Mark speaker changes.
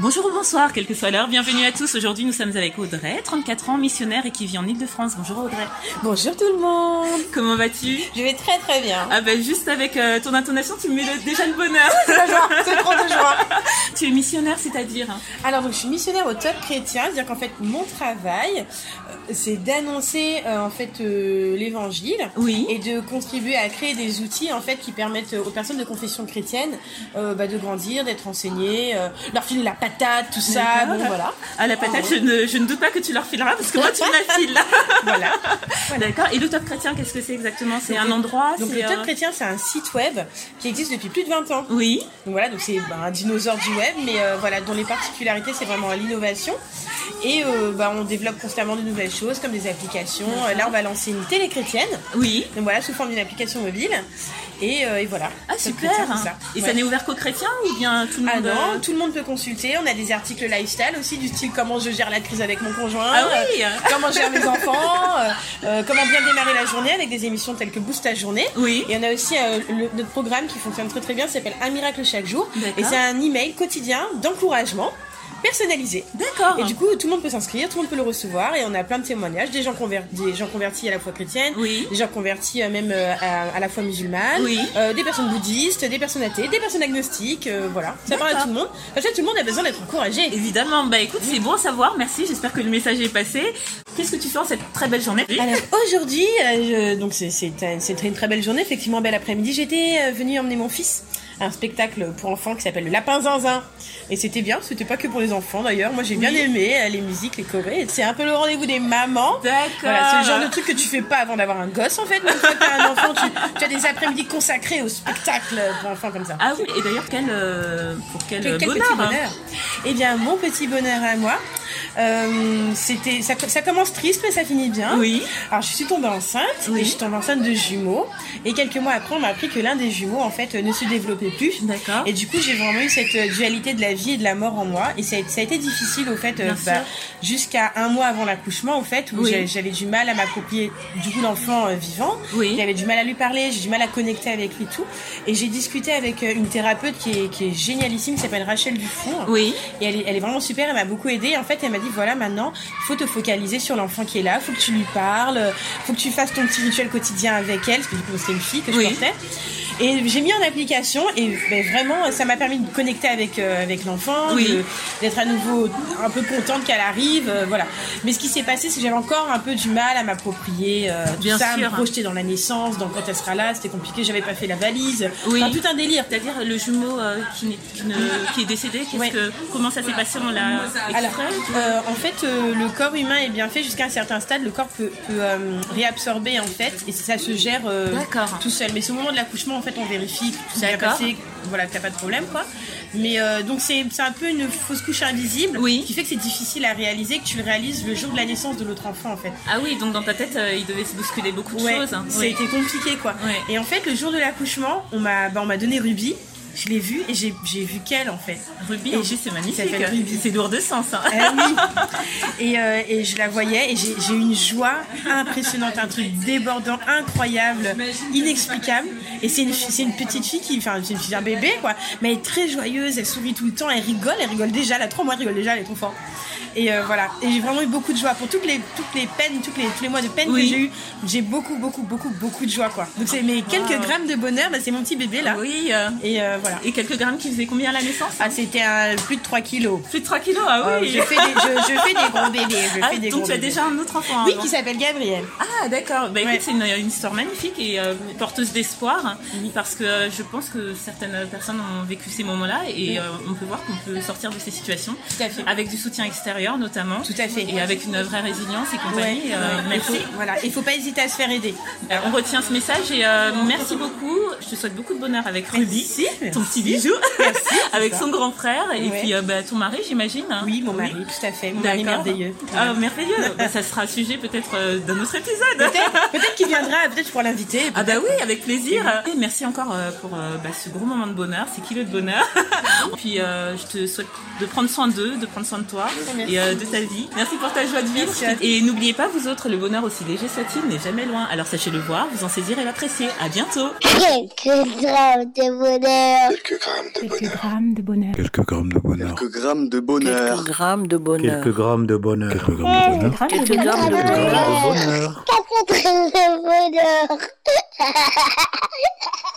Speaker 1: Bonjour ou bonsoir, quelle que soit l'heure, bienvenue à tous. Aujourd'hui, nous sommes avec Audrey, 34 ans, missionnaire et qui vit en Ile-de-France. Bonjour Audrey.
Speaker 2: Bonjour tout le monde
Speaker 1: Comment vas-tu
Speaker 2: Je vais très très bien.
Speaker 1: Ah ben juste avec euh, ton intonation, tu me mets le- déjà le bonheur.
Speaker 2: C'est la joie, c'est trop de joie.
Speaker 1: tu es missionnaire, c'est-à-dire hein.
Speaker 2: Alors donc je suis missionnaire au top chrétien, c'est-à-dire qu'en fait mon travail euh, c'est d'annoncer euh, en fait euh, l'évangile
Speaker 1: Oui.
Speaker 2: et de contribuer à créer des outils en fait qui permettent euh, aux personnes de confession chrétienne euh, bah, de grandir, d'être enseignées, euh, leur filer la patate, tout ça,
Speaker 1: D'accord.
Speaker 2: bon voilà.
Speaker 1: Ah la patate, je ne, je ne doute pas que tu leur fileras parce que moi tu me la files là.
Speaker 2: voilà.
Speaker 1: D'accord. Et le top chrétien, qu'est-ce que c'est exactement C'est
Speaker 2: Donc,
Speaker 1: un
Speaker 2: le-
Speaker 1: endroit
Speaker 2: Donc
Speaker 1: c'est,
Speaker 2: le top
Speaker 1: euh,
Speaker 2: chrétien c'est un site web qui existe depuis plus de 20 ans.
Speaker 1: Oui.
Speaker 2: Donc voilà, donc c'est bah, un dinosaure du web, mais euh, voilà, dont les particularités c'est vraiment l'innovation. Et euh, bah, on développe constamment de nouvelles choses comme des applications. Euh, Là, on va lancer une télé chrétienne,
Speaker 1: Oui.
Speaker 2: donc voilà, sous forme d'une application mobile. Et, euh, et voilà.
Speaker 1: Ah
Speaker 2: Ça,
Speaker 1: super.
Speaker 2: c'est
Speaker 1: hein. Et
Speaker 2: Ouais.
Speaker 1: ça n'est ouvert qu'aux chrétiens ou bien tout le
Speaker 2: Ah
Speaker 1: monde
Speaker 2: non,
Speaker 1: euh,
Speaker 2: tout le monde peut consulter. On a des articles lifestyle aussi du style comment je gère la crise avec mon conjoint.
Speaker 1: Ah oui.
Speaker 2: euh, Comment je gère mes enfants, euh, euh, comment bien démarrer la journée avec des émissions telles que Boost ta journée.
Speaker 1: Oui.
Speaker 2: Et on a aussi euh, le- notre programme qui fonctionne très très bien, ça s'appelle Un miracle chaque jour.
Speaker 1: D'accord.
Speaker 2: Et c'est un email quotidien d'encouragement personnalisé.
Speaker 1: D'accord.
Speaker 2: Et du coup, tout le monde peut s'inscrire, tout le monde peut le recevoir, et on a plein de témoignages des gens, conver- des gens convertis à la foi chrétienne,
Speaker 1: Oui.
Speaker 2: des gens convertis euh, même euh, à, à la foi musulmane,
Speaker 1: Oui.
Speaker 2: euh, des personnes bouddhistes, des personnes athées, des personnes agnostiques, euh, voilà. Ça parle à tout le monde. En fait, tout le monde a besoin d'être encouragé.
Speaker 1: Évidemment, bah écoute, c'est bon à savoir, merci, j'espère que le message est passé. Qu'est-ce que tu fais en cette très belle journée
Speaker 2: Alors aujourd'hui, euh, je- donc c'est- c'est un- c'est une très belle journée, effectivement, un bel après-midi. J'étais euh, venue emmener mon fils à un spectacle pour enfants qui s'appelle Le Lapin Zinzin. Et c'était bien, c'était pas que pour les enfants d'ailleurs. Moi j'ai bien aimé euh, les musiques, les chorés. C'est un peu le rendez-vous des mamans.
Speaker 1: D'accord.
Speaker 2: Voilà, c'est le genre de truc que tu fais pas avant d'avoir un gosse en fait. Mais une fois que t'as un enfant, tu, tu as des après-midi consacrés au spectacle pour enfants comme ça.
Speaker 1: Ah oui, et d'ailleurs, quel, euh, pour quel,
Speaker 2: Quel- quel
Speaker 1: bonheur.
Speaker 2: petit
Speaker 1: hein.
Speaker 2: bonheur Eh bien, mon petit bonheur à moi, euh, c'était ça, ça commence triste mais ça finit bien.
Speaker 1: Oui.
Speaker 2: Alors, je suis tombée enceinte
Speaker 1: Oui.
Speaker 2: et je suis tombée enceinte de jumeaux. Et quelques mois après, on m'a appris que l'un des jumeaux en fait euh, ne se développait plus.
Speaker 1: D'accord.
Speaker 2: Et du coup, j'ai vraiment eu cette euh, dualité de la vie et de la mort en moi. Et ça a, ça a été difficile, au fait, euh,
Speaker 1: Bien
Speaker 2: bah,
Speaker 1: sûr.
Speaker 2: jusqu'à un mois avant l'accouchement, au fait, où
Speaker 1: Oui.
Speaker 2: j'ai- j'avais du mal à m'approprier, du coup, l'enfant euh, vivant.
Speaker 1: Oui.
Speaker 2: J'avais du mal à lui parler, j'ai du mal à connecter avec lui tout. Et j'ai discuté avec euh, une thérapeute qui est, qui est génialissime, qui s'appelle Rachel Dufour.
Speaker 1: Oui.
Speaker 2: Et elle est, elle est vraiment super, elle m'a beaucoup aidée. En fait, elle m'a dit voilà, maintenant, faut te focaliser sur l'enfant qui est là, faut que tu lui parles, faut que tu fasses ton petit rituel quotidien avec elle, parce que du coup, c'était une fille que je
Speaker 1: Oui.
Speaker 2: portais. Et j'ai mis en application, et ben, vraiment, ça m'a permis de connecter avec, euh, avec l'enfant,
Speaker 1: Oui.
Speaker 2: de- d'être à nouveau un peu contente qu'elle arrive, euh, voilà. Mais ce qui s'est passé, c'est que j'avais encore un peu du mal à m'approprier euh, tout
Speaker 1: Bien
Speaker 2: ça, à me
Speaker 1: sûr.
Speaker 2: projeter dans la naissance, dans quand elle sera là, c'était compliqué, j'avais pas fait la valise.
Speaker 1: Oui.
Speaker 2: Enfin, tout un délire.
Speaker 1: C'est-à-dire le jumeau euh, qui, n'est- qui ne- qui est décédé, qu'est-ce
Speaker 2: Ouais.
Speaker 1: que, comment ça s'est passé On l'a
Speaker 2: Alors,
Speaker 1: extrait
Speaker 2: euh, en fait, euh, le corps humain est bien fait jusqu'à un certain stade. Le corps peut, peut, euh, réabsorber en fait, et ça se gère euh,
Speaker 1: D'accord.
Speaker 2: tout seul. Mais c'est au moment de l'accouchement, en fait, on vérifie que tout s'est bien
Speaker 1: D'accord.
Speaker 2: passé, que- voilà, que t'as pas de problème, quoi. Mais euh, donc c'est c'est un peu une fausse couche invisible,
Speaker 1: Oui.
Speaker 2: qui fait que c'est difficile à réaliser, que tu le réalises le jour de la naissance de l'autre enfant, en fait.
Speaker 1: Ah oui, donc dans ta tête, euh, il devait se bousculer beaucoup de
Speaker 2: Ouais,
Speaker 1: choses. hein.
Speaker 2: ça a
Speaker 1: Oui.
Speaker 2: été compliqué quoi.
Speaker 1: Ouais.
Speaker 2: Et en fait, le jour de l'accouchement, on m'a bah, on m'a donné Ruby. Je l'ai vue et j'ai j'ai vu qu'elle en fait.
Speaker 1: Ruby,
Speaker 2: Et
Speaker 1: en plus, c'est magnifique.
Speaker 2: s'appelle Ruby.
Speaker 1: C'est lourd de sens. hein.
Speaker 2: Ah oui. et, euh, et je la voyais et j'ai j'ai eu une joie impressionnante, un truc débordant, incroyable, inexplicable. Et c'est une, fi- c'est une petite fille qui, enfin, c'est une fille, un bébé quoi, mais elle est très joyeuse, elle sourit tout le temps, elle rigole, elle rigole déjà, elle a trois mois, elle rigole déjà, elle est trop forte. Et euh, voilà, et j'ai vraiment eu beaucoup de joie pour toutes les, toutes les peines, toutes les, tous les mois de peine
Speaker 1: Oui.
Speaker 2: que j'ai eu. J'ai beaucoup, beaucoup, beaucoup, beaucoup de joie quoi. Donc c'est mes quelques grammes de bonheur, bah, c'est mon petit bébé là.
Speaker 1: Oui. euh,
Speaker 2: Et euh, voilà.
Speaker 1: et quelques grammes qui faisaient combien à la naissance
Speaker 2: Ah, c'était un- plus de 3 kilos.
Speaker 1: Plus de 3 kilos, ah
Speaker 2: Euh,
Speaker 1: oui.
Speaker 2: je, fais des, je, je fais des gros bébés. Je
Speaker 1: Ah,
Speaker 2: fais des
Speaker 1: donc
Speaker 2: gros
Speaker 1: tu as
Speaker 2: bébés.
Speaker 1: déjà un autre enfant. hein,
Speaker 2: Oui,
Speaker 1: avant.
Speaker 2: qui s'appelle Gabriel.
Speaker 1: Ah d'accord, bah, écoute,
Speaker 2: Ouais.
Speaker 1: c'est une, une histoire magnifique et euh, porteuse d'espoir hein, parce que euh, je pense que certaines personnes ont vécu ces moments-là et euh, on peut voir qu'on peut sortir de ces situations
Speaker 2: Tout à fait.
Speaker 1: avec du soutien extérieur notamment
Speaker 2: Tout à fait.
Speaker 1: et avec une vraie résilience et compagnie.
Speaker 2: Ouais,
Speaker 1: euh,
Speaker 2: ouais.
Speaker 1: Merci.
Speaker 2: Il faut- voilà, il faut pas hésiter à se faire aider.
Speaker 1: Euh, On retient ce message et euh, merci beaucoup. Je te souhaite beaucoup de bonheur avec Ruby.
Speaker 2: Merci, merci.
Speaker 1: ton petit bijou avec son grand frère et
Speaker 2: Ouais.
Speaker 1: puis euh, bah, ton mari, j'imagine. hein.
Speaker 2: Oui, mon mari, tout à fait. Mon mari
Speaker 1: D'accord.
Speaker 2: merveilleux.
Speaker 1: Ah, merveilleux. Bah, ça sera sujet peut-être euh, d'un autre épisode.
Speaker 2: Peut-être peut-être qu'il viendra, peut-être je pourrai l'inviter.
Speaker 1: Ah bah oui, avec plaisir. Et merci encore euh, pour euh, bah, ce gros moment de bonheur, ces kilos de bonheur. Puis euh, je te souhaite de prendre soin d'eux, de prendre soin de toi
Speaker 2: Merci.
Speaker 1: et euh, de ta vie. Merci pour ta joie de vivre.
Speaker 2: Merci à toi.
Speaker 1: Et n'oubliez pas, vous autres, le bonheur aussi léger soit-il n'est jamais loin. Alors sachez le voir, vous en saisir et l'apprécier. À bientôt.
Speaker 3: Quelques grammes de bonheur.
Speaker 4: Quelques grammes de
Speaker 5: Quelques
Speaker 4: bonheur.
Speaker 5: grammes de bonheur.
Speaker 6: Quelques grammes de bonheur.
Speaker 4: Quelques grammes de bonheur.
Speaker 7: Quelques grammes de bonheur.
Speaker 8: Quelques grammes de bonheur.
Speaker 6: Quelques grammes de bonheur.
Speaker 5: Grammes de
Speaker 7: Quelques grammes de bonheur.
Speaker 3: Quatre grammes de bonheur.